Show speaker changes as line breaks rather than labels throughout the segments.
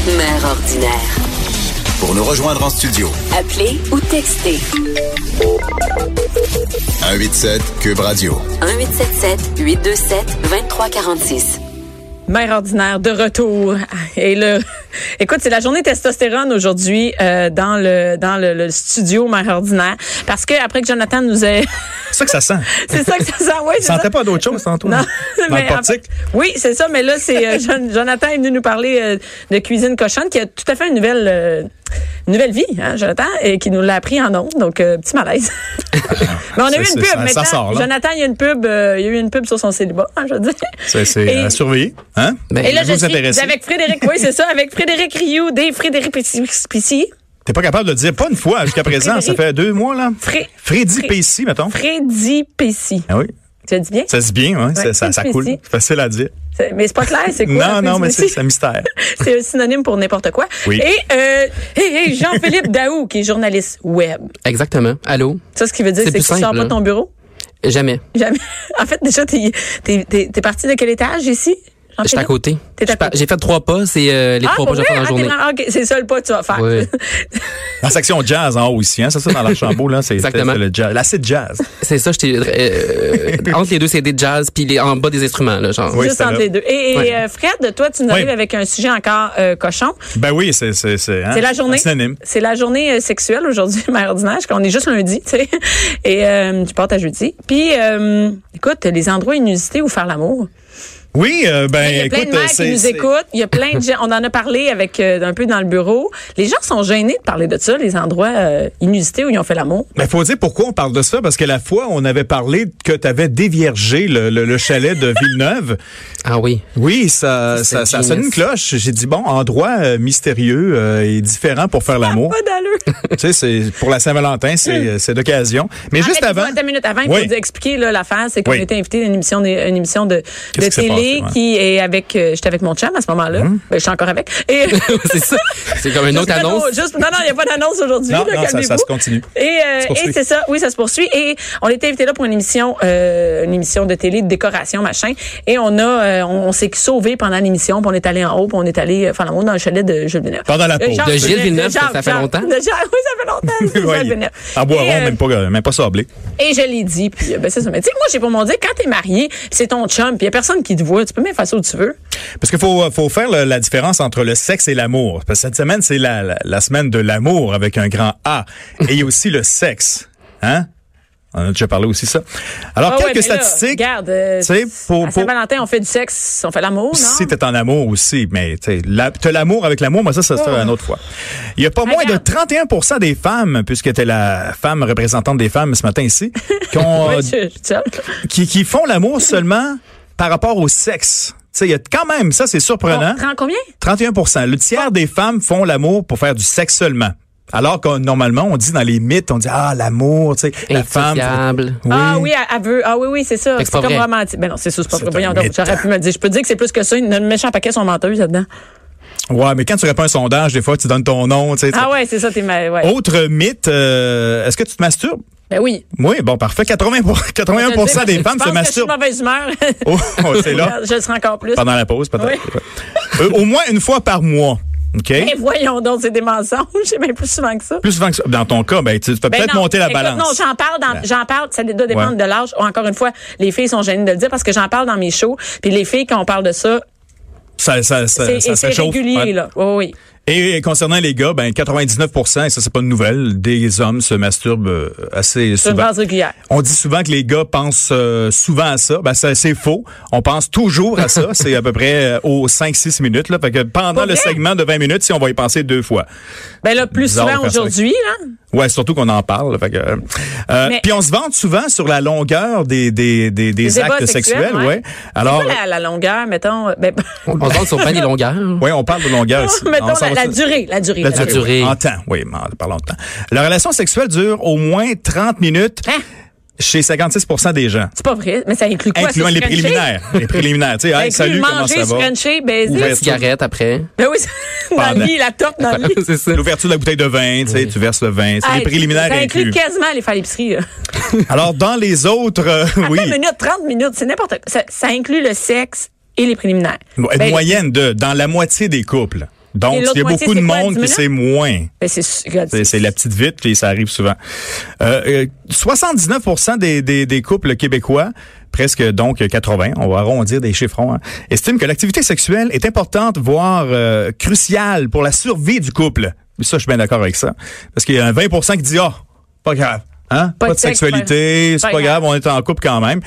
extraordinaire.
Pour nous rejoindre en studio,
Appelez ou textez
187 Cube Radio.
1877 827 2346.
Mère ordinaire de retour. Et le, écoute, c'est la journée testostérone aujourd'hui euh, dans le dans le, le studio Mère ordinaire parce que après que Jonathan nous ait,
C'est ça que ça sent.
c'est ça que ça sent. Ouais, c'est
Ça sentait
ça.
pas d'autre chose, Antoine.
Non,
Dans
mais
le portique.
après- oui, c'est ça. Mais là, c'est euh, Jon- Jonathan est venu nous parler euh, de cuisine cochonne, qui a tout à fait une nouvelle, euh, une nouvelle vie, hein, Jonathan, et qui nous l'a appris en ondes. Donc, euh, petit malaise. mais on a
Ça,
eu une
c'est-
pub.
ça- ça
Maintenant,
sort, là.
Jonathan, il y a une pub. euh, il y a eu une pub sur son célibat, hein, je veux dire.
C'est- C'est
Et-
à surveiller. Hein?
Et là,
Vous
je
vous
suis
intéressez.
avec Frédéric, oui, c'est ça, avec Frédéric Rioux, des Frédéric Pissi,
T'es pas capable de le dire, pas une fois jusqu'à présent. Ça fait deux mois, là.
Fré-
Freddy
Fré-
Pessi, mettons.
Freddy Pessi.
Ah oui.
Tu as dit bien?
Ça se dit bien, hein?
Ouais,
ça, ça, ça
Freddy
coule.
Pessi.
C'est facile à dire.
C'est- Mais c'est pas clair, c'est quoi?
non,
Freddy
non, mais c'est
Pessi?
c'est un mystère.
C'est un synonyme pour n'importe quoi.
Oui.
Et, euh, et- et Jean-Philippe Daou, qui est journaliste web.
Exactement. Allô?
Ça, ce qui veut dire,
C'est
c'est que
plus
tu sors
simple,
pas de
hein.
ton bureau.
Jamais.
Jamais. En fait, déjà, t'es, t'es, t'es, t'es parti de quel étage ici?
Je suis à
Jean-Philippe?
côté.
T'es à
Je suis pas-
côté.
J'ai fait trois pas, c'est euh, les
Ah,
trois
pour
pas que je vais
vrai?
faire dans la
Ah, t'es vraiment- ok,
journée.
c'est ça le pas que tu vas faire.
Ouais.
La section jazz en haut ici, hein? C'est ça, dans l'Archambault, là. C'est c'est
Exactement.
le jazz. L'acide jazz.
C'est ça, j'étais euh, euh, entre les deux, c'est des jazz puis les en bas des instruments là, genre.
Oui,
Juste
c'est
entre
là.
les deux. Et, et,
Ouais.
euh, Fred, toi, tu nous
Oui.
arrives avec un sujet encore euh, cochon.
Ben oui, c'est. C'est c'est, hein,
C'est la journée.
un synonyme.
C'est la journée euh, sexuelle aujourd'hui, mère ordinaire, qu'on est juste lundi, tu sais. Et euh, tu portes à jeudi. Puis, euh, écoute, les endroits inusités où faire l'amour.
Oui, euh, ben,
Il y a plein
écoute,
de mères
c'est-
qui nous
c'est-
écoutent. Il y a plein de gens. On en a parlé avec euh, un peu dans le bureau. Les gens sont gênés de parler de ça, les endroits euh, inusités où ils ont fait l'amour.
Mais faut dire pourquoi on parle de ça, parce que la fois, on avait parlé que tu avais déviergé le, le- le chalet de Villeneuve.
Ah oui.
Oui, ça, ça,
Ça, c'est
ça sonne
genius.
une cloche. J'ai dit, bon, endroit euh, mystérieux euh, et différent pour faire l'amour.
Pas d'allure.
tu sais, c'est, pour la Saint-Valentin, c'est, euh, c'est d'occasion. Mais juste
Arrête,
avant.
attends une minute avant, il faut
Oui.
vous expliquer là, l'affaire, c'est qu'on
Oui.
était invité à une émission de, une émission de, de
Qu'est-ce qui s'est
télé
passé, ouais. Hum?
qui est avec. euh, J'étais avec mon chum à ce moment-là. Ben, je suis encore avec. Et
c'est ça. C'est comme une
Juste
autre
pas
annonce.
d'annonce, juste- non, non, il n'y a pas d'annonce aujourd'hui.
Non,
là,
non, ça-
calmez-vous.
ça se continue.
Et, euh,
se poursuit.
et c'est ça, oui, ça se poursuit. Et on était invité là pour une émission, euh, une émission de télé, de décoration, machin. Et on a, euh, on, on s'est sauvé pendant l'émission, puis on est allé en haut, puis on est allé, enfin, on dans le chalet de Gilles Villeneuve.
Pendant la pause.
De Gilles Villeneuve, ça- ça fait longtemps?
De Jean- oui, ça fait longtemps.
Ouais,
Gilles Villeneuve.
en bois
Et,
rond,
euh,
même pas, même pas sablé.
et je l'ai dit, puis euh, ben c'est ça. Mais tu sais, moi, j'ai pour mon dire, quand t'es marié, puis c'est ton chum, puis il y a personne qui te voit, tu peux même faire ça où tu veux.
Parce qu'il faut, faut faire le- la différence entre le sexe et l'amour. Parce que cette semaine, c'est la, la, la semaine de l'amour avec un grand A. Et il y a aussi le sexe. Hein? On a déjà parlé aussi ça. Alors,
Ah ouais,
quelques
mais là,
statistiques.
regarde, euh,
tu sais, pour-
à
pour-
Saint-Valentin, on fait du sexe, on fait l'amour, non?
Si t'es en amour aussi, mais tu sais, la- t'as l'amour avec l'amour, mais ça, ça
Oh.
sera une autre fois. Il y a pas moins de
Regarde.
31 des femmes, puisque t'es la femme représentante des femmes ce matin ici, qui, ont,
Ouais,
euh,
je- je- tiens.
qui, qui font l'amour seulement par rapport au sexe. Tu sais, il y a quand même, ça c'est surprenant,
Prends combien?
31 Le tiers des femmes font l'amour pour faire du sexe seulement. Alors que normalement, on dit dans les mythes, on dit ah l'amour, tu sais, la femme.
Insociable.
Ah oui, elle, elle veut. Ah oui, oui, c'est ça.
Fait
C'est
que c'est pas
comme
vrai.
romantique. Ben non, c'est ça, c'est pas vrai.
un
Voyons donc,
mythe.
j'aurais pu me le dire. Je peux te dire que c'est plus que ça. Une une méchant paquet sont menteuses là-dedans.
Ouais, mais quand tu réponds à un sondage, des fois tu donnes ton nom, tu sais. tu-
Ah ouais, c'est ça, t'es mal. Ouais.
Autre mythe, euh, est-ce que tu te masturbes?
Ben oui.
Oui, bon, parfait. 80 pour- 81 des femmes
je
se
pense que je suis de
masturbent.
mauvaise humeur.
Oh, oh, c'est là.
Je le serai encore plus.
Pendant la pause, peut-être. Euh, au moins une fois par mois. OK?
Mais voyons donc, c'est des mensonges. C'est bien plus souvent que ça.
Plus souvent que ça. Dans ton cas, ben, tu tu peux
Ben
peut-être
non,
monter la
écoute, Non,
balance.
j'en parle, dans- j'en parle, ça doit dépendre
Ouais.
de l'âge. Oh, Encore une fois, les filles sont gênées de le dire parce que j'en parle dans mes shows. Puis les filles, quand on parle de ça,
ça, ça,
c'est
ça, ça,
et c'est
s'échauffe.
régulier,
Ouais.
là. Oui, oui.
Et concernant les gars, ben 99 et ça c'est pas une nouvelle, des hommes se masturbent euh, assez
C'est une
souvent.
base régulière.
On dit souvent que les gars pensent euh, souvent à ça, ben ça, c'est faux. On pense toujours à ça, c'est à peu près euh, aux 5 6 minutes là, fait que pendant
Pas
le
vrai?
segment de 20 minutes, si on va y penser deux fois.
Ben là, plus
Bizarre de
souvent
faire ça.
aujourd'hui, là.
Ouais, surtout qu'on en parle. là, Fait que, euh, euh,
Mais-
Puis on se vante souvent sur la longueur des, des, des, des
Des
actes
débats
sexuels.
sexuels, ouais.
ouais. Alors,
Pas la, la longueur, mettons. euh, Ben,
On se demande si on prend des longueurs.
oui, on parle de longueur ici.
mettons
On s'en
la,
Ah, va
la
sur-
durée, la durée.
La
la durée.
durée.
durée.
En temps, Eh oui, mais en- parlons de temps. La relation sexuelle dure au moins 30 minutes
Hein?
chez 56 des gens.
C'est pas vrai, mais ça inclut quoi?
incluant
se
les
scruncher?
préliminaires. les préliminaires, tu sais,
Ça
hey,
inclut
salut, comment
manger,
ça va?
scruncher, baiser.
Ouverture.
Cigarette après.
Ben oui, c'est- dans le
Pendant.
lit, la torte dans le lit.
c'est ça.
L'ouverture de la bouteille de vin, tu sais, tu verses le vin, c'est
Hey,
les préliminaires
Ça inclut
inclus.
quasiment les faire l'épicerie. là.
Alors, dans les autres, euh, oui,
20 minutes, 30 minutes, c'est n'importe quoi. Ça, ça inclut le sexe et les préliminaires.
une
Ben,
moyenne de, dans la moitié des couples. Donc,
Et l'autre
il y a
moitié,
beaucoup de
c'est quoi,
monde
10
qui c'est moins.
Ben, c'est su- regarde,
C'est, c'est la petite vite, puis ça arrive souvent. Euh, euh, 79 des, des, des couples québécois, presque donc 80, on va arrondir des chiffrons, hein, estiment que l'activité sexuelle est importante, voire euh, cruciale pour la survie du couple. Ça, je suis bien d'accord avec ça. Parce qu'il y a un 20 qui dit, ah, pas grave. Hein?
Pas
Pas, de
de sexe,
sexualité,
pas-
c'est
pas
pas grave, on est en couple quand même.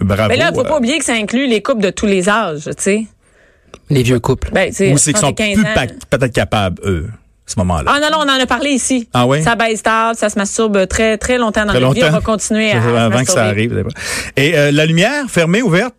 Bravo.
Mais Ben là, faut
euh,
pas oublier que ça inclut les couples de tous les âges, tu sais.
Les vieux couples.
Ben, tu sais,
ou c'est qu'ils sont
75
plus
ans.
pa- peut-être capables, eux, à ce moment-là.
Ah non, non, on en a parlé ici.
Ah oui?
Ça baisse tard, ça se masturbe très, très longtemps dans
Très
la vie.
longtemps.
On va continuer à, se
avant que ça
masturber.
arrive. d'ailleurs. Et euh, la lumière, fermée, ouverte?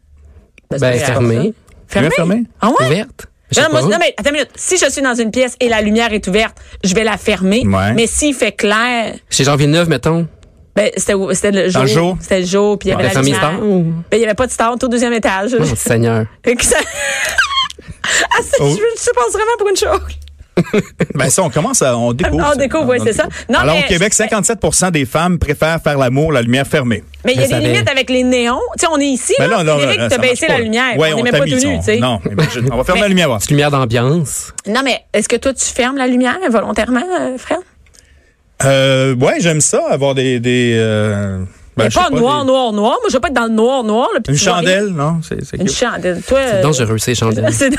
Ben,
Ben,
c'est
fermée.
Fermée?
Lumière fermée?
Ah ouais?
Ouverte? Je sais
Non, moi,
pas.
non, mais attends une minute. Si je suis dans une pièce et la lumière est ouverte, je vais la fermer.
Ouais.
Mais s'il fait clair,
Chez Jean Villeneuve, mettons.
ben, c'était, c'était le jour.
le jour.
C'était le jour, puis il y avait
La
la
famille
lumière.
star. ou-
Ben, il n'y avait pas de star, on était au deuxième étage.
Oh, Seigneur.
Et que ça- ah, c'est-
Oh.
je, je pense vraiment pour une chose.
Ben ça, on commence à... On découvre.
Ah, on
ça.
découvre, oui,
on
c'est
découvre.
ça. Non,
Alors,
mais-
au Québec, 57 des femmes préfèrent faire l'amour la lumière fermée.
Mais il y a
Mais ça
des
avait-
limites avec les néons. Tu sais, on est ici,
Ben
là.
non, non,
Frédéric,
non,
t'as
ça marche
baissé la lumière.
Ouais,
on n'est même pas
tamise,
tout nu,
on-
tu sais.
Non, imagine, on va fermer la lumière. voir.
Petite lumière d'ambiance.
Non, mais est-ce que toi, tu fermes la lumière volontairement, euh, Fred?
Euh, ouais, j'aime ça, avoir des... des euh, ben,
Mais
je sais
pas noir,
des-
noir, noir. Moi, je veux pas être dans le noir, noir. là, puis
Une
tu vois rien.
chandelle, non? C'est c'est
Une
cute.
chandelle. Toi,
C'est
euh,
dangereux, ces chandelles.
c'est-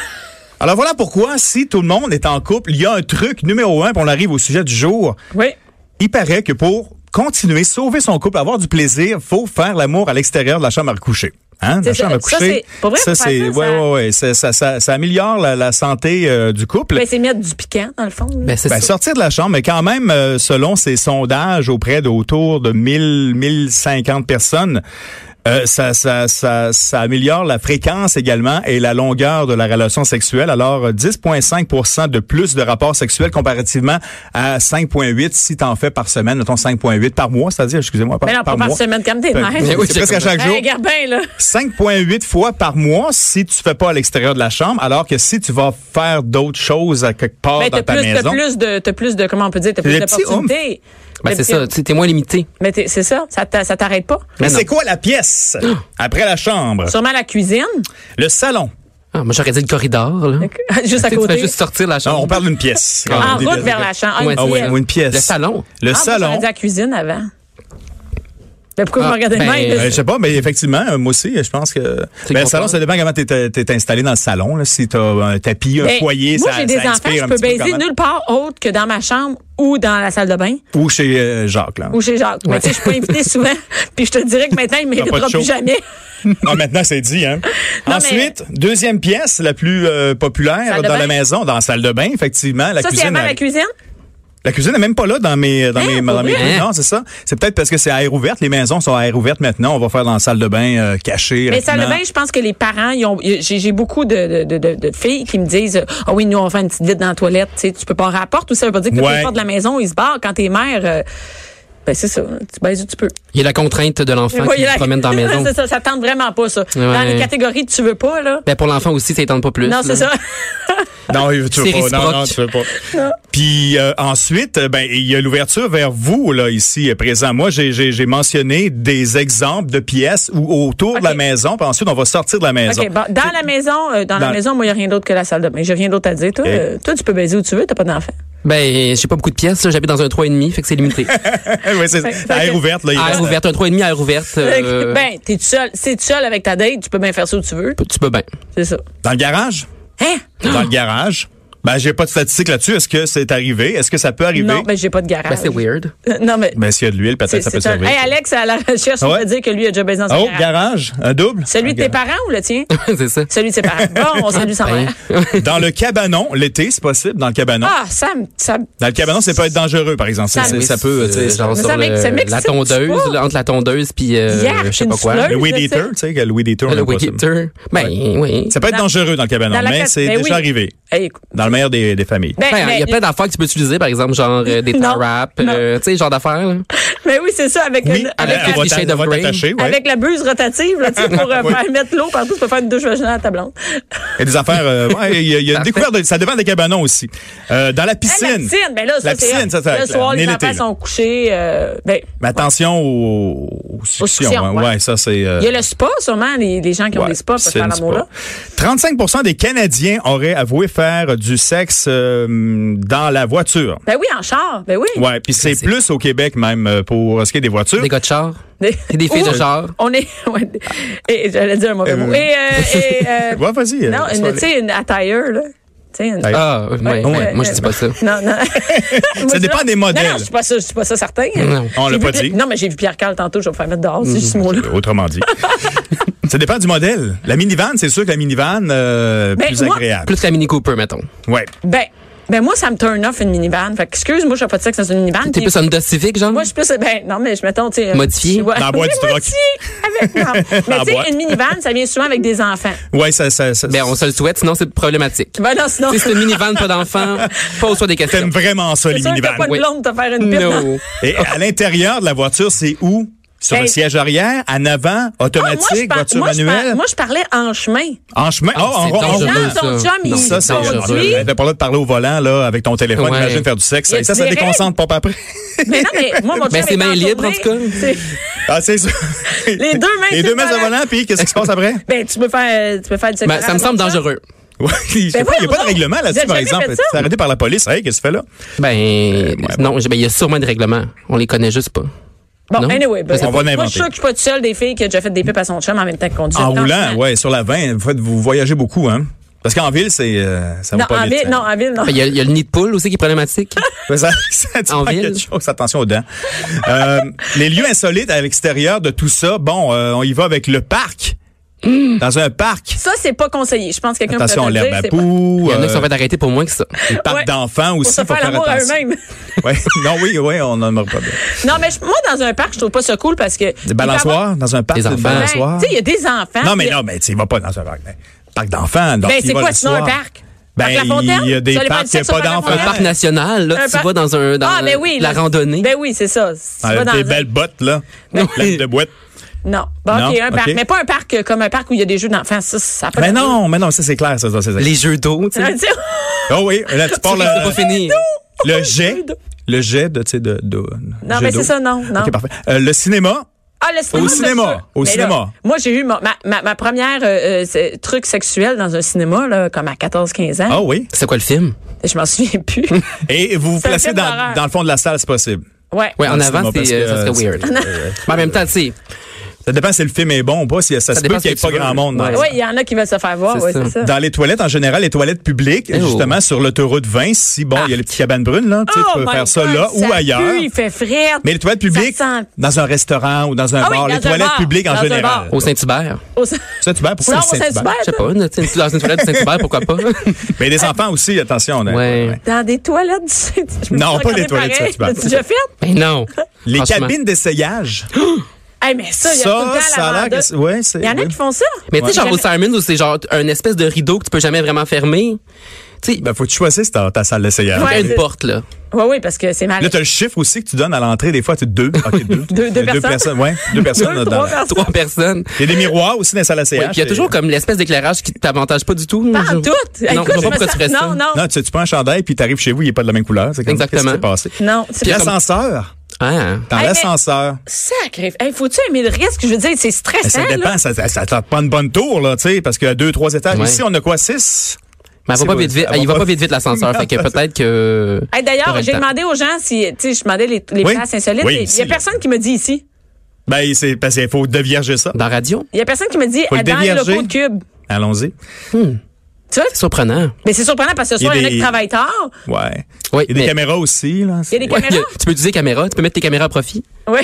Alors voilà pourquoi, si tout le monde est en couple, il y a un truc numéro un, puis on arrive au sujet du jour.
Oui.
Il paraît que pour continuer, sauver son couple, avoir du plaisir, faut faire l'amour à l'extérieur de la chambre à coucher. Hein, de la
C'est ça,
chambre à
ça,
coucher.
c'est- pour vrai,
ça,
faut faire
c'est, ouais,
ça, ça-
ouais, ouais, ça, ça, ça- ça améliore la, la santé euh, du couple.
Ben, c'est mettre du piquant, dans le fond. là.
Ben, c'est
Ben,
ça.
sortir de la chambre, mais quand même, euh, selon ces sondages auprès d'autour de 1000, 1050 personnes, euh, ça, ça, ça, ça améliore la fréquence également et la longueur de la relation sexuelle. Alors, euh, 10,5 de plus de rapports sexuels comparativement à 5,8 si t'en fais par semaine, mettons 5,8 par mois, c'est-à-dire, excusez-moi, par,
Ben non, pas par
mois.
semaine, comme t'es de
Ben,
même.
C'est
oui,
presque à chaque
Hey,
jour.
regarde bien, là.
5,8 fois par mois si tu fais pas à l'extérieur de la chambre, alors que si tu vas faire d'autres choses à quelque part
Ben,
dans
t'as
ta
plus, t'as
maison.
plus de, t'as plus de, comment on peut dire, t'as plus
Le petit
d'opportunités.
Ben,
Le
c'est
petit-
ça. Tu sais, T'es moins limité.
Mais t'es- c'est ça, ça t'a- ça t'arrête pas.
Mais
non.
c'est quoi la pièce après la chambre?
Sûrement la cuisine,
Le salon.
Ah, moi, j'aurais dit le corridor, là.
juste à
Tu sais, tu fais
côté.
juste sortir de la
Non,
chambre.
on parle d'une pièce.
Ah,
En
Des-
route
des-
vers la chambre.
Ouais,
Ah,
Ah
une
oui,
pièce.
ou une pièce.
Le salon.
Le
Ah, moi,
salon.
j'aurais dit la cuisine avant. Ben, pourquoi
Ah,
vous me regardez de
ben,
même?
Euh,
là?
je sais pas, mais effectivement, euh, moi aussi, je pense que.
C'est
Ben,
content.
le salon, ça dépend comment t'es, t'es- t'es installé dans le salon. là. Si t'as un tapis, un
Ben,
Euh, foyer,
moi,
ça,
j'ai des
ça
enfants,
inspire
je
un
peux
petit peu
baiser
comment-
nulle part autre que dans ma chambre ou dans la salle de bain
Ou chez euh, Jacques, là.
ou chez Jacques. Mais tu sais, je suis pas invitée souvent. Puis je te dirais que maintenant, il
pas de
m'invitera
show.
plus jamais.
Ah, maintenant, c'est dit, hein.
Non,
Ensuite, deuxième pièce, la plus euh, populaire
Salle de
dans
bain.
la maison, dans la salle de bain, effectivement. La
ça, c'est
cuisine.
avant
elle-
la cuisine?
La cuisine n'est même pas là dans mes dans
Hein,
mes,
pour
dans mes
vrai?
trucs. Non, c'est ça. C'est peut-être parce que c'est à air ouverte. Les maisons sont à air ouverte maintenant. On va faire dans la salle de bain euh, cachée.
Mais
rapidement.
salle de bain, je pense que les parents, ils ont, j'ai, j'ai beaucoup de, de, de, de filles qui me disent Ah oui, nous, on fait une petite vite dans la toilette, tu sais, tu peux pas en rapport. Tout ça veut pas dire que toutes
Ouais.
les portes de la maison, ils se barrent. Quand t'es mère, euh, ben c'est ça, tu baises où tu peux.
Il y a la contrainte de l'enfant qui
Voyez la-
se promène dans la maison.
c'est ça, ça tente vraiment pas, ça. Dans
Ouais.
les catégories que tu veux pas, là.
Ben, pour l'enfant aussi, ça étend pas plus.
non,
là.
c'est ça.
Non, tu veux pas.
C'est
Non,
réciproque.
non, tu veux pas. Puis euh, ensuite, euh, ben il y a l'ouverture vers vous là ici euh, présent. Moi, j'ai j'ai j'ai mentionné des exemples de pièces ou autour de la
Ok.
maison. Puis ensuite, on va sortir de la maison.
OK, bon, dans la maison, euh, dans,
Dans-
la maison, moi, il n'y a rien d'autre que la salle de bain. J'ai rien d'autre à dire. Toi,
Et-
euh, toi, tu peux baiser où tu veux, t'as pas d'enfant.
Ben, j'ai pas beaucoup de pièces, là. J'habite dans un 3,5, fait que c'est limité.
Ouais, c'est
Fait-
à air
fait-
ouverte là. il
air
reste-
ouverte, un 3,5 air ouverte. euh,
Ben, t'es tout seul. Si t'es tout seul avec ta date, tu peux bien faire ça où tu veux.
Tu peux bien.
C'est ça.
Dans le garage.
Hein?
Ah.
Dans le garage. Ben j'ai pas de statistiques là-dessus. Est-ce que c'est arrivé Est-ce que ça peut arriver
Non, ben, j'ai pas de garage. Euh,
Ben, c'est weird.
Non, mais.
Ben, s'il y a de l'huile,
c'est-
peut-être ça peut
c'est un-
servir.
Hey, Alex, à la recherche,
Ah
on
ouais?
va dire que lui a déjà baisé dans son
Oh,
garage.
garage, un double.
Celui
Un
de tes
garage.
parents ou le tien?
c'est ça.
Celui de ses parents. Bon, on salue sa
Ben,
mère.
Dans le cabanon, l'été, c'est possible, dans le cabanon.
Ah, ça me. Ça, me-
Dans le cabanon, ça peut être dangereux, par exemple. Ça,
Ça-
c'est- ça peut,
euh,
tu sais, ça-
genre
ça
sur
m'ex-
le-
ça m'excite
la tondeuse,
pas.
là, entre la tondeuse puis euh,
Hier,
je sais
une
pas quoi.
souleuse.
le weed
je
eater,
sais.
tu sais, que le weed eater, on
Le
aime pas ça.
Wicked Ben, oui.
Ça peut être
Dans-
dangereux dans le cabanon,
dans la
mais
case-
c'est
ben
déjà
oui.
arrivé.
Hey, écoute.
Dans le meilleur des, des familles.
Ben,
Ben, il y a
mais-
plein d'affaires que tu peux utiliser, par exemple, genre euh, des
Non,
tar wraps,
non.
euh, tu sais, genre d'affaires. là.
Mais oui, c'est ça, avec,
oui,
une-
avec,
avec,
la-
avec,
Fifty Shades of Grey.
ouais.
avec la buse rotative, là, tu sais, pour euh,
Oui.
faire mettre l'eau partout, tu peux faire une douche vaginale à ta blonde.
Il y a des affaires. euh, ouais, il y a, il y a une
Parfait.
découverte. de- ça dépend des cabanons aussi. Euh, dans la
Ah,
piscine.
la piscine, ben là, ça,
La
c'est
piscine, ça, ça va
Le
être clair. On
soir,
est
les
l'été,
enfants
là.
sont couchés. euh, ben,
Mais attention aux, aux suctions.
suctions,
hein. ouais.
ouais.
ça c'est. euh,
il y a le spa, sûrement, les, les gens qui ont
ouais,
des spas peuvent
piscine,
faire l'amour là.
spa. 35 des Canadiens auraient avoué faire du sexe euh, dans la voiture.
Ben oui, en char, ben oui.
Ouais, puis c'est
Classique.
plus au Québec même euh, pour ce qui est des voitures.
Des gars de char.
Des-
Et des filles de
Ouh,
char.
On est. ouais. Et j'allais dire un mauvais mot. Et. euh, et, euh,
Ouais, vas-y. euh,
non,
laisse-toi
une- tu
aller.
sais, une attire, là. Tu sais, une.
Attire.
Ah, ouais, ouais,
ouais.
moi je dis pas ça.
Non, non.
Ça dépend des modèles.
Non, non, je suis pas ça, je suis pas ça certain.
Non, Mhm.
on l'a
J'ai vu
pas
Pierre-
dit.
Non, mais j'ai vu Pierre Carl tantôt, je vais me faire mettre dehors, c'est juste ce mot-là.
Euh, Autrement dit. ça dépend du modèle. La minivan, c'est sûr que la minivan, euh,
Ben,
plus
moi-
agréable.
Plus la Mini Cooper, mettons.
Ouais.
Ben, ben moi, ça me turn off une minivan. Fait que, excuse-moi, je fais pas de sexe dans une minivan.
T'es
puis-
plus un dos civique, genre?
Moi, je suis plus. Ben, non, mais je mettons, tu sais.
Modifié?
Ouais.
Dans la boîte du
Oui,
truck.
modifié, Avec, non.
Dans la
Mais tu
boîte.
sais, une minivan, ça vient souvent avec des enfants.
Ouais, ça, ça, ça-
Ben, on se le souhaite, sinon c'est problématique.
Ben non, sinon.
Si c'est une minivan, pas d'enfant, pas au choix des questions.
T'aimes vraiment ça,
C'est
les
sûr que t'as
minivans.
pas de
oui.
blonde pour te faire une pipe. Ah, dans-
No.
Et à l'intérieur de la voiture, c'est où? Sur le
Hey.
siège arrière, en
Ben,
avant,
Ah, moi, je
automatique,
par-
voiture
moi, je par-
manuelle,
moi, Ah, je parlais en chemin.
en chemin. Oh, en
c'est
rond, en
dangereux,
rond.
Non, ton
ça.
chum, il-
Non,
Ça, c'est
Ton
dangereux.
conduit.
T'as pas le droit de parler au volant, là, avec ton téléphone.
Ouais.
Imagine faire du sexe.
Il y a
Ça, ça
des règles.
déconcentre pas, pas après.
Mais non, mais moi, mon chum.
Ben, c'est
était
main
en
libre,
tournée.
en tout cas.
C'est-
Ah, c'est sûr.
Les deux mains
Les
sur
deux
le
mains au
volant.
volant, puis qu'est-ce qui se passe après?
Ben, tu peux faire, tu peux faire du sexe
Ben, ça
oral
me
à
semble
ton chum.
dangereux.
Ouais, je sais
Ben
pas, il n'y a pas de
voyons
règlement
donc.
là-dessus,
Vous
par
avez jamais
exemple.
fait ça?
C'est arrêté par la police. Hey, qu'est-ce que tu fais là?
Ben, non, je- ben, il y a sûrement des règlements. On les connaît juste pas.
Bon,
Non?
anyway, bref.
Ben, On va l'inventer.
Moi, je suis sûr que je suis pas toute seule des filles qui a déjà fait des pipes à son chum en même temps que conduit.
En roulant, ouais, sur la 20, en fait, vous voyagez beaucoup, hein? Parce qu'en ville, c'est, euh, ça va
Non,
pas
en
vite.
ville,
hein.
non, en ville, non.
Ben, Il y, a- il y a le nid de poule aussi qui est problématique.
Ouais, Ça, ça dit
En
pas
ville.
quelque chose. Attention aux dents. Euh, les lieux insolites à l'extérieur de tout ça, bon, euh, on y va avec le parc.
Mmh.
Dans un parc.
Ça, c'est pas conseillé. Je pense que quelqu'un peut te
Attention,
le dire.
l'herbe à
c'est pas-
poux,
Il y en a qui sont
euh,
fait arrêter pour moins que ça.
les parcs
Ouais.
d'enfants
Pour
aussi.
se
faut
faire l'amour à
attention.
eux-mêmes.
Ouais. Non, oui, oui, on n'en pas bien.
Non, mais je- moi, dans un parc, je trouve pas ça cool parce que.
Des balançoires, dans un parc,
Des
des
enfants.
Ben, Tu
balançoires.
sais, il y a des enfants.
Non, mais
il y a-
non, mais tu y vas pas dans un parc. Ben, Parc d'enfants. donc
Ben,
tu y
c'est
vas
quoi,
le
sinon, un
soir.
parc?
Ben,
Parc La Fontaine?
il y a des
Tu vas aller faire
parcs
du
qui n'ont
sexe au
pas
Parc La
d'enfants.
Un
Ouais.
parc national, là,
Ah. Un
tu
parc-
vas dans un dans
Ah, ben oui.
la
là.
randonnée.
Ben oui, c'est ça. Si tu
Avec
vas dans
Ah, des
un-
belles bottes, là.
Non.
Pleines de boîtes.
Non. Bon,
Non,
OK, un parc.
ok.
Mais pas un parc euh, comme un parc où il y a des jeux d'enfants. Ça, ça a pas
Mais
d'allure.
non, mais non, ça, c'est clair, ça, ça, c'est clair.
les jeux d'eau, tu sais.
Tu sais,
Oh oui, là, tu parles
C'est pas
le,
fini.
le jet. Le jet de, tu sais, de, de-
Non,
jet
mais c'est
d'eau.
ça, non, non.
OK, parfait. Euh, le cinéma.
Ah, le cinéma.
Au
c'est
cinéma,
sûr.
au
là,
cinéma.
moi, j'ai eu ma, ma, ma- ma première euh, euh, c'est- truc sexuel dans un cinéma, là, comme à 14-15 ans.
Ah oui.
C'est quoi le film?
Je m'en souviens plus.
Et vous vous
C'est un
placez
film
dans,
d'horreur.
dans le fond de la salle, c'est possible.
ouais.
Ouais, en
le
avant,
cinéma, parce
c'est, euh,
que,
ça serait weird. Mais en même temps, tu sais,
Ça dépend si le film est bon ou pas. Si, ça,
Ça
se peut
dépend
qu'il n'y ait
ce que
pas
tu
grand
veux.
monde. dans
Ouais.
la
Oui, il y en a qui veulent se faire voir,
C'est
ouais,
ça.
c'est ça.
Dans les toilettes, en général, les toilettes publiques,
Oh.
justement, sur l'autoroute 20, si, bon, il y a les petites cabanes brunes, là, tu sais, tu peux
Oh my
faire ça
God,
là ou
ça
ailleurs.
pue, il fait frette.
Mais les toilettes publiques,
Ça sent-
dans un restaurant ou dans un
Ah oui,
bar,
dans
les
un
toilettes
bar,
publiques en
dans un
général.
bar.
au Saint-Hubert.
Au- Sors
Saint-Hubert, pourquoi
au
le
Saint-Hubert.
Je sais pas, une- une- dans une toilette du Saint-Hubert, pourquoi pas?
Mais des enfants aussi, attention. on a-
Ouais.
Dans des toilettes du Saint- je me
Non,
suis
pas les
regardée
toilettes du
pareil.
Saint-Hubert.
T'as-tu déjà fait?
Ben non.
Les
Franchement.
cabines d'essayage.
Hey, mais ça, il y a
Ça,
tout le temps
ça a
la
l'air
vendeur.
que c'est- ouais, c'est-
Il y en a
oui.
qui font ça.
Mais tu sais, genre
Jamais-
au Simons, où c'est genre un espèce de rideau que tu peux jamais vraiment fermer. Tu sais,
Ben, faut que tu choisisses ta, ta salle d'essayage.
Ouais.
une porte, là.
Oui, oui, parce que c'est mal.
Là, t'as le chiffre aussi que tu donnes à l'entrée. Des fois, tu deux. OK, deux.
Deux- deux personnes.
ouais, deux personnes.
Deux,
dans
trois
la-
personnes.
Trois personnes.
Il y a des miroirs aussi dans la salle d'essayage.
Ouais, puis il y a
Et-
toujours comme l'espèce d'éclairage qui t'avantage pas du tout.
Pas en
Je-
tout.
Non,
Écoute,
je
je
vois
me
pas pourquoi
sens-
tu restes
Non, non.
Non, tu, tu prends un chandail, puis t'arrives chez vous, il n'est pas de la même couleur. C'est comme,
Exactement.
Qu'est-ce qui s'est passé?
Non, c'est
Puis
pas-
l'ascenseur.
Ah.
Dans
Hey, mais-
l'ascenseur.
Sacré. Hey, faut-tu aimer le risque? Je veux dire, c'est stressant.
Ben, ça
là.
dépend, ça, ça, ça te prend une bonne tour, là, tu sais, parce qu'il y a deux, trois étages.
Ouais.
Ici, on a quoi, six?
Mais elle
C'est
va pas
vrai,
vite, vite.
elle va
Il va
pas-
pas vite, vite l'ascenseur. fait que peut-être que.
Hey, D'ailleurs,
t'aurais le
j'ai
temps.
demandé aux gens si, tu sais, je demandais les, les
Oui.
places insolites.
Oui,
et il
ici,
y a
là.
personne qui me dit ici.
Ben, c'est parce qu'il faut devierger ça.
Dans radio.
Il y a personne qui me dit
Faut le
ah, dans les
dévierger.
locaux de Cube.
Allons-y.
Tu vois?
C'est surprenant.
Mais c'est surprenant parce que ce
Il y a
soir, il y en a
des-
qui travaillent tard.
Ouais.
Oui,
Il y a des
mais-
caméras aussi, là.
Il y a des
Ouais,
caméras.
tu peux utiliser caméra, tu peux mettre tes caméras à profit.
Oui.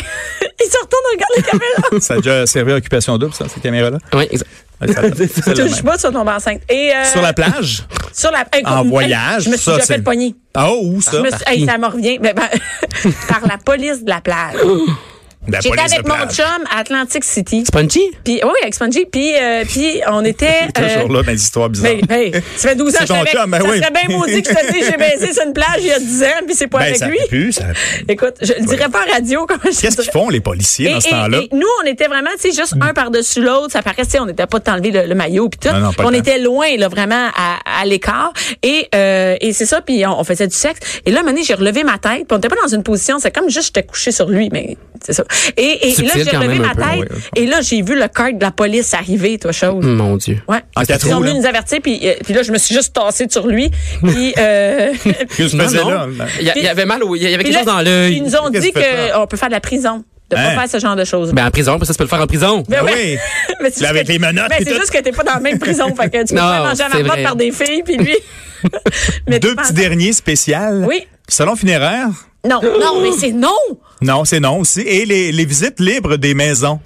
Ils se retournent, regardent les caméras.
Ça a déjà servi à occupation double, ça, ces caméras-là.
Oui, exact.
Ouais, ça- c'est
Je
le
ne suis
même.
pas sur ton enceinte. Et, euh,
Sur la plage,
sur la- écoute,
en
hey,
voyage.
Je me suis
ça,
déjà
c'est-
fait pogner.
Ah, où ça?
Je me suis- hey, ça me revient. Ben, ben, par la police de la plage.
La
J'étais
police de
avec mon
plage.
chum à Atlantic City.
Spongy?
Puis, oh oui, avec Spongy. Puis, euh, puis on était. euh,
Toujours là dans les histoires bizarres.
Mais, hey, ça fait 12 ans
C'est
que je
ton
suis avec.
chum, ben
ça
oui.
serait bien maudit que je te dise j'ai baissé sur une plage il y a 10 ans, puis c'est pas
Ben,
avec
ça
lui.
pue, ça-
Écoute, je le dirais pas en radio comme je
Qu'est-ce qu'ils font, les policiers,
et,
dans ce
et-
temps-là? Mm.
et nous, on était vraiment, tu sais, juste un par-dessus l'autre. Ça paraissait, on n'était pas t'enlever le, le maillot puis tout.
Non, non, pas le
on
temps.
était loin, là, vraiment à, à l'écart. Et, euh, et c'est ça, puis on, on faisait du sexe. Et là, Mané, j'ai relevé ma tête. Puis on n'était pas dans une position, c'est comme juste j'étais couché sur lui, mais c'est ça. Et, et là,
Subtil
j'ai
quand
relevé
même
ma
un peu,
tête.
ouais.
Et là, j'ai vu le cart de la police arriver, toi, chose.
Mon Dieu.
Ouais.
Mm. En quatre
Ils
roues,
ont
là.
venu nous avertir, puis, euh, puis là, je me suis juste tassée sur lui. Puis, euh,
Que je
Non,
faisais
non.
là?
Il y, a- il y avait mal au, il y avait
puis là,
quelque chose dans
Ils
l'œil.
nous ont
Qu'est-ce
dit
que tu fais
qu'on peut faire de la prison, de
Hein?
pas faire ce genre de choses.
Ben, en prison, parce que ça, tu peux le faire en prison.
Ben
oui.
ouais. Mais c'est juste
Là, avec
que-
les menottes
Mais
puis
c'est
tout.
juste que t'es pas dans la même prison. fait que tu peux
Non,
pas manger à la
c'est
porte
vrai.
par des filles, puis lui. mais tu
Deux
penses-
petits derniers spéciales.
Oui.
Salon funéraire?
Non, non, mais c'est non.
Non, c'est non aussi. Et les, les visites libres des maisons.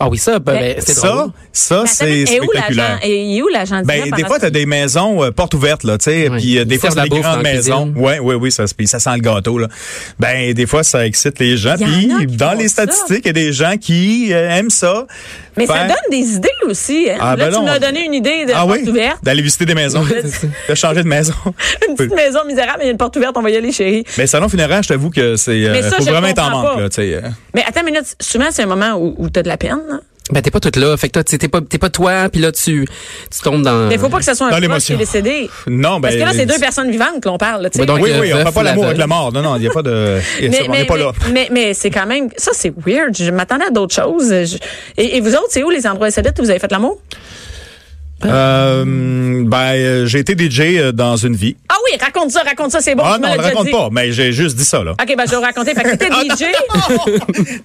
Ah oui, ça, ben,
Ben,
ben, c'est
Ça,
drôle.
ça,
Mais attends,
c'est
et où l'agent?
spectaculaire.
Et où l'agent de
Ben,
diable
des
par
fois, t'as
rapport-
des maisons euh, portes ouvertes, là, tu sais,
Oui.
puis euh, des
Ils
fois,
servent
c'est
la
des
bouffe
grandes
dans la
maisons.
cuisine.
Ouais, ouais, oui, ça, puis ça sent le gâteau, là. Ben, des fois, ça excite les gens.
Il y en
Puis,
a qui
dans
font
les
ça.
statistiques, il y a des gens qui euh, aiment ça.
Mais ça
Faire-
donne des idées aussi. Hein?
Ah,
là,
ben
tu
non.
m'as donné une idée de
Ah
porte
oui?
ouverte.
D'aller visiter des maisons. de changer de maison.
Une petite maison misérable, mais il y a une porte ouverte, on va y aller, chérie.
Mais salon funéraire, je t'avoue que c'est.
Mais
Euh,
ça,
faut
je
vraiment être en
comprends
manque,
pas.
là, tu sais. euh.
Mais attends une minute, souvent, c'est un moment où, où t'as de la peine. hein.
Ben, t'es pas toute là. Fait que toi, t'sais, t'es pas, t'es pas toi, puis là, tu, tu tombes dans.
Mais faut pas que ce soit
Euh, Dans
un proche qui
l'émotion.
est décédé.
Non, ben.
Parce que là, c'est deux personnes vivantes que l'on parle. là, tu sais.
Ben donc,
Oui,
Le
oui, on
veuf
fait pas
ou la
l'amour
veuve.
avec la mort. Non, non, il n'y a pas de. y a ça, on n'est pas là.
mais, mais c'est quand même, ça c'est weird. Je m'attendais à d'autres choses. Je- et, et vous autres, c'est où les endroits insolites où vous avez fait l'amour?
Euh, ben, euh, j'ai été DJ euh, dans une vie.
Ah oui, raconte ça, raconte ça, c'est bon.
Ah
tu me
non,
l'as
on le
déjà
raconte
dit.
pas, mais j'ai juste dit ça, là.
OK, ben je vais vous raconter. Fait que t'étais DJ.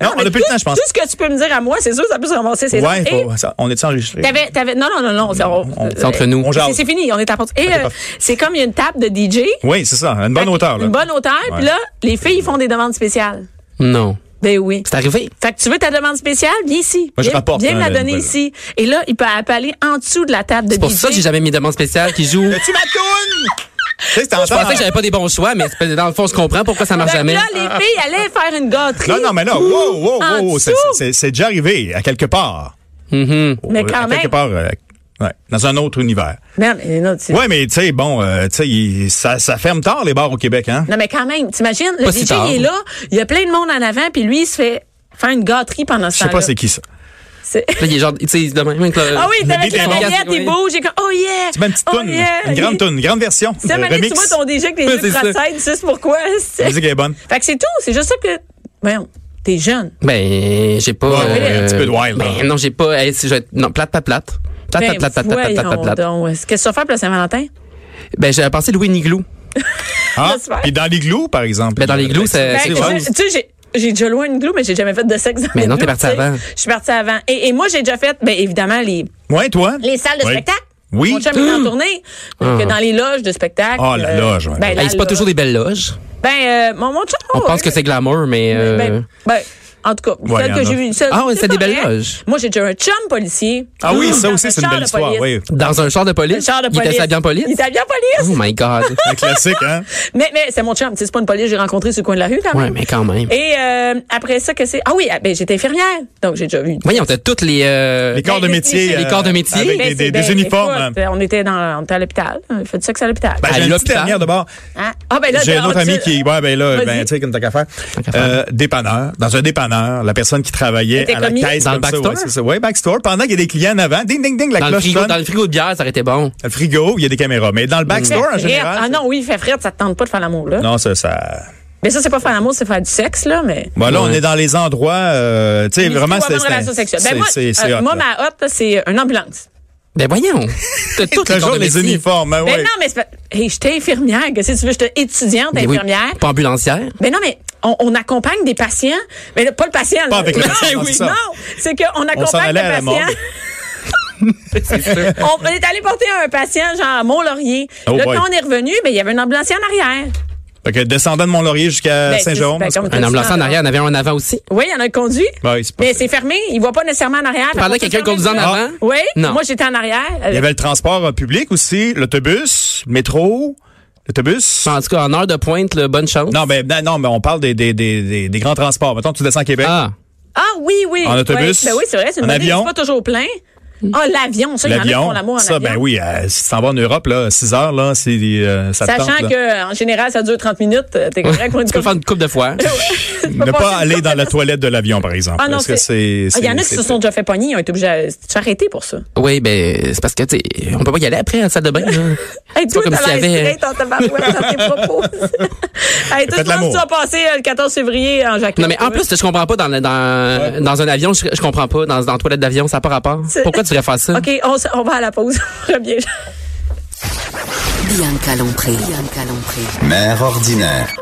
Non, on a
Mais
plus le
tout-
temps, je pense.
Tout ce que tu peux me dire à moi, c'est sûr, ça peut se ramasser. C'est
Ouais,
et
faut- ça- on est-tu enregistré?
t'avais, t'avais, non, non, non, non. c'est- on- euh,
C'est entre nous.
On jase.
C'est, c'est fini, on est à porte. Et euh,
parfait.
c'est comme il y a une table de DJ.
Oui, c'est ça, une bonne hauteur, là.
Une bonne hauteur.
Ouais.
Puis là, les filles font des demandes spéciales.
Non.
Ben oui.
C'est arrivé.
Fait que tu veux ta demande spéciale, viens ici.
Moi, je
viens,
rapporte,
viens me
hein,
la
la
donner
nouvelle.
ici. Et là, il peut appeler en dessous de la table de
C'est pour
DJ.
ça que j'ai jamais mis de demande spéciale qui joue.
Tu ma toune! Tu sais, c'est
Je pensais que j'avais pas des bons choix, mais c'est pas- dans le fond, je comprends pourquoi ça marche
Fait que
jamais.
Ben, Là, les filles allaient faire une gâterie.
Ah, Non, non, mais là, wow, wow,
En
wow, c'est-
dessous.
c'est c'est déjà arrivé, à quelque part.
Mais
Euh,
quand
à
même.
quelque part, euh, ouais, dans un autre univers.
Non, mais, non, tu-
Ouais, mais tu sais, bon, euh, tu sais, il- ça, ça ferme tard, les bars au Québec, hein?
non, mais quand même, t'imagines, le
Pas si
DJ
tard.
il est là, il y a plein de monde en avant, puis lui, il se fait faire une gâterie pendant ce
Je sais
temps-là.
pas c'est qui ça.
c'est
Là, il est genre, tu sais, de même avec le-
Ah oui, t'es avec
beat
la
est bon.
baguette, il bouge, il est comme, oh yeah!
C'est même une petite
oh
toune,
yeah.
une grande toune, une grande version.
Tu sais,
euh,
Mané, tu
remix.
vois ton DJ avec les
Ouais,
yeux
c'est ça.
procèdent, tu sais c'est pourquoi. c'est-
La musique est bonne.
Fait que c'est tout, c'est juste ça que, voyons, t'es jeune.
Ben, j'ai pas.
Ouais, un petit peu de wild, là.
Ben, non, j'ai pas. hey, si je vais être- Non, plate, pas plate. Plate,
Ben,
plate, plate, plate, plate, plate,
voyons
plate, plate.
donc. Qu'est-ce que tu vas faire pour le Saint-Valentin?
Ben, j'avais pensé Louis Niglou.
Ah,
J'espère.
puis dans l'igloo, par exemple.
Ben, dans l'igloo, c'est.
Ben,
c'est-
je- tu sais, j'ai. J'ai déjà loin une glue, mais j'ai jamais fait de sexe. dans
Mais
une
non, t'es
glue,
partie
tu sais.
avant.
Je suis partie avant. Et, et moi, j'ai déjà fait, bien évidemment, les, Ah.
Ouais, toi?
les salles de
Oui.
spectacle.
Oui.
Mon chum est en tournée. Donc, dans les loges de spectacle. euh,
Ah, la loge, ouais.
Ah. Hey, c'est pas toujours des belles loges.
Ben, euh, mon, mon chum.
On
ouais.
pense que c'est glamour, mais. euh,
Ben, ben, en tout cas,
Ouais,
celle
y en
que
a.
j'ai vue. celle-
Ah ouais, c'est des
pas
belles
vrai.
loges.
Moi, j'ai déjà un chum policier.
Ah oui, ça
Dans un
aussi, c'est une
char
belle
de
histoire,
police.
oui.
Dans un char de
Un
police.
char de
il
police.
était habillé en
Il
police.
était habillé en police.
Oh my God.
Un classique, hein?
Mais, mais c'est mon chum. tu sais, C'est pas une police que j'ai rencontrée sur le coin de la rue, quand même.
Ouais, mais quand même.
Et euh, après ça, que c'est. Ah oui, ah, ben, j'étais infirmière. Donc, j'ai déjà vu.
Voyons, t'as toutes les. euh,
Les corps de
les-
métier.
les
euh,
corps de métier.
Avec
Ben,
des,
c'est-
des-
ben,
des uniformes. hein.
écoute, euh, on était dans, on était à l'hôpital. hein, On fait du sexe à l'hôpital.
Ben,
à
j'ai une petite
l'hôpital.
dernière de bord.
Hein? Ah, ben là,
J'ai un
t'as-
autre
tu-
ami qui, ouais, ben là,
Vas-y.
ben, tu sais, comme t'as qu'à faire.
qu'à faire.
Euh, dépanneur. Dans un dépanneur, la personne qui travaillait
Était
à la
commis.
caisse.
Dans le
comme ça,
backstore?
ouais, c'est ça. Ouais, backstore. Pendant qu'il y a des clients en avant, ding, ding, ding, la
Dans le,
cloche
frigo,
sonne.
dans le frigo de bière, ça aurait été bon.
Le frigo, il y a des caméras. Mais dans le backstore, en
Frette.
général.
Ah non, oui, il fait frette, ça te tente pas de faire l'amour, là.
Non, ça, ça.
Mais ça, c'est pas faire l'amour, c'est faire du sexe, là, mais.
Bon, là, on
Ouais.
est dans les endroits, euh, tu sais,
Mais
vraiment,
c'est pas
c'est.
avoir une relation
c'est-
sexuelle. Ben, moi,
c'est-
euh,
c'est hot,
moi,
là.
ma hotte, c'est une ambulance.
Ben voyons. T'as toutes les corps
Toujours
de
les
métier.
uniformes, hein,
Ben
ouais.
non, mais c'est pas- hey, j'étais infirmière. Qu'est-ce que tu veux? J'étais étudiante
Ben oui,
infirmière.
Pas ambulancière.
Ben non, mais on, on accompagne des patients. Mais là, pas le patient,
Pas
là.
avec le
non,
patient,
oui,
c'est ça.
non. C'est qu'on
On s'en
accompagne
allait
le
à la
patient.
morgue.
C'est ça.
On est allé porter un patient, genre à Mont-Laurier.
Oh
là,
boy.
quand on est revenu, ben, il y avait un ambulancier en arrière.
Fait que descendant de Mont-Laurier jusqu'à
Ben, c'est-
Saint-Jérôme.
ben, comme-
Un ambulancier en arrière, on avait un en avant aussi.
Oui, il y en a un qui conduit.
Ouais, Ah c'est pas-
mais c'est fermé. Il voit pas nécessairement en arrière. Tu
parlais à quelqu'un qui conduisait en avant?
Oui.
Non.
Moi, j'étais en arrière.
Il y avait le transport euh, public aussi, l'autobus, le métro, l'autobus. ben,
En tout cas, en heure de pointe, là, bonne chance.
Non, mais, non, mais on parle des, des, des, des, des grands transports. Mettons, tu descends à Québec.
Ah.
Ah oui, oui.
En autobus.
Ouais. Ben oui, c'est vrai. C'est
En
une bonne idée,
avion.
C'est pas toujours plein. Ah, l'avion. Ça, il y en a qui font l'amour en
ça,
avion.
ben oui, euh, si tu t'en vas en Europe, là, 6 heures, là, c'est, euh, ça te
Sachant
tente, là.
que, en général, ça dure 30 minutes. euh, T'es correct. on est
Tu peux
comme-
faire une coupe de fois.
Ah,
Ne pas
passer une
aller dans la toilette de l'avion, par exemple.
Ah non,
Parce que c'est,
Ah, Il y en a qui
c'est-
se sont déjà fait pogner. Ils ont été obligés à s'arrêter pour ça.
Oui, ben, c'est parce que, tu sais, on peut pas y aller après à la salle de bain, là.
Hey,
C'est pas
toi,
comme
t'as
s'il y
l'air
avait-
straight en tabarouette dans tes propos. hey, toi,
Faites
tu penses que
l'amour.
tu vas passer euh, le 14 février en Jacques
Non, mais en plus, je comprends pas dans, le- dans, dans un avion, je, je comprends pas, dans, dans la toilette d'avion, ça n'a pas rapport.
C'est-
Pourquoi tu devrais faire ça?
OK, on, s- on va à la pause. On revient.
Bianca Lompré. Bianca Lompré.
Mère ordinaire.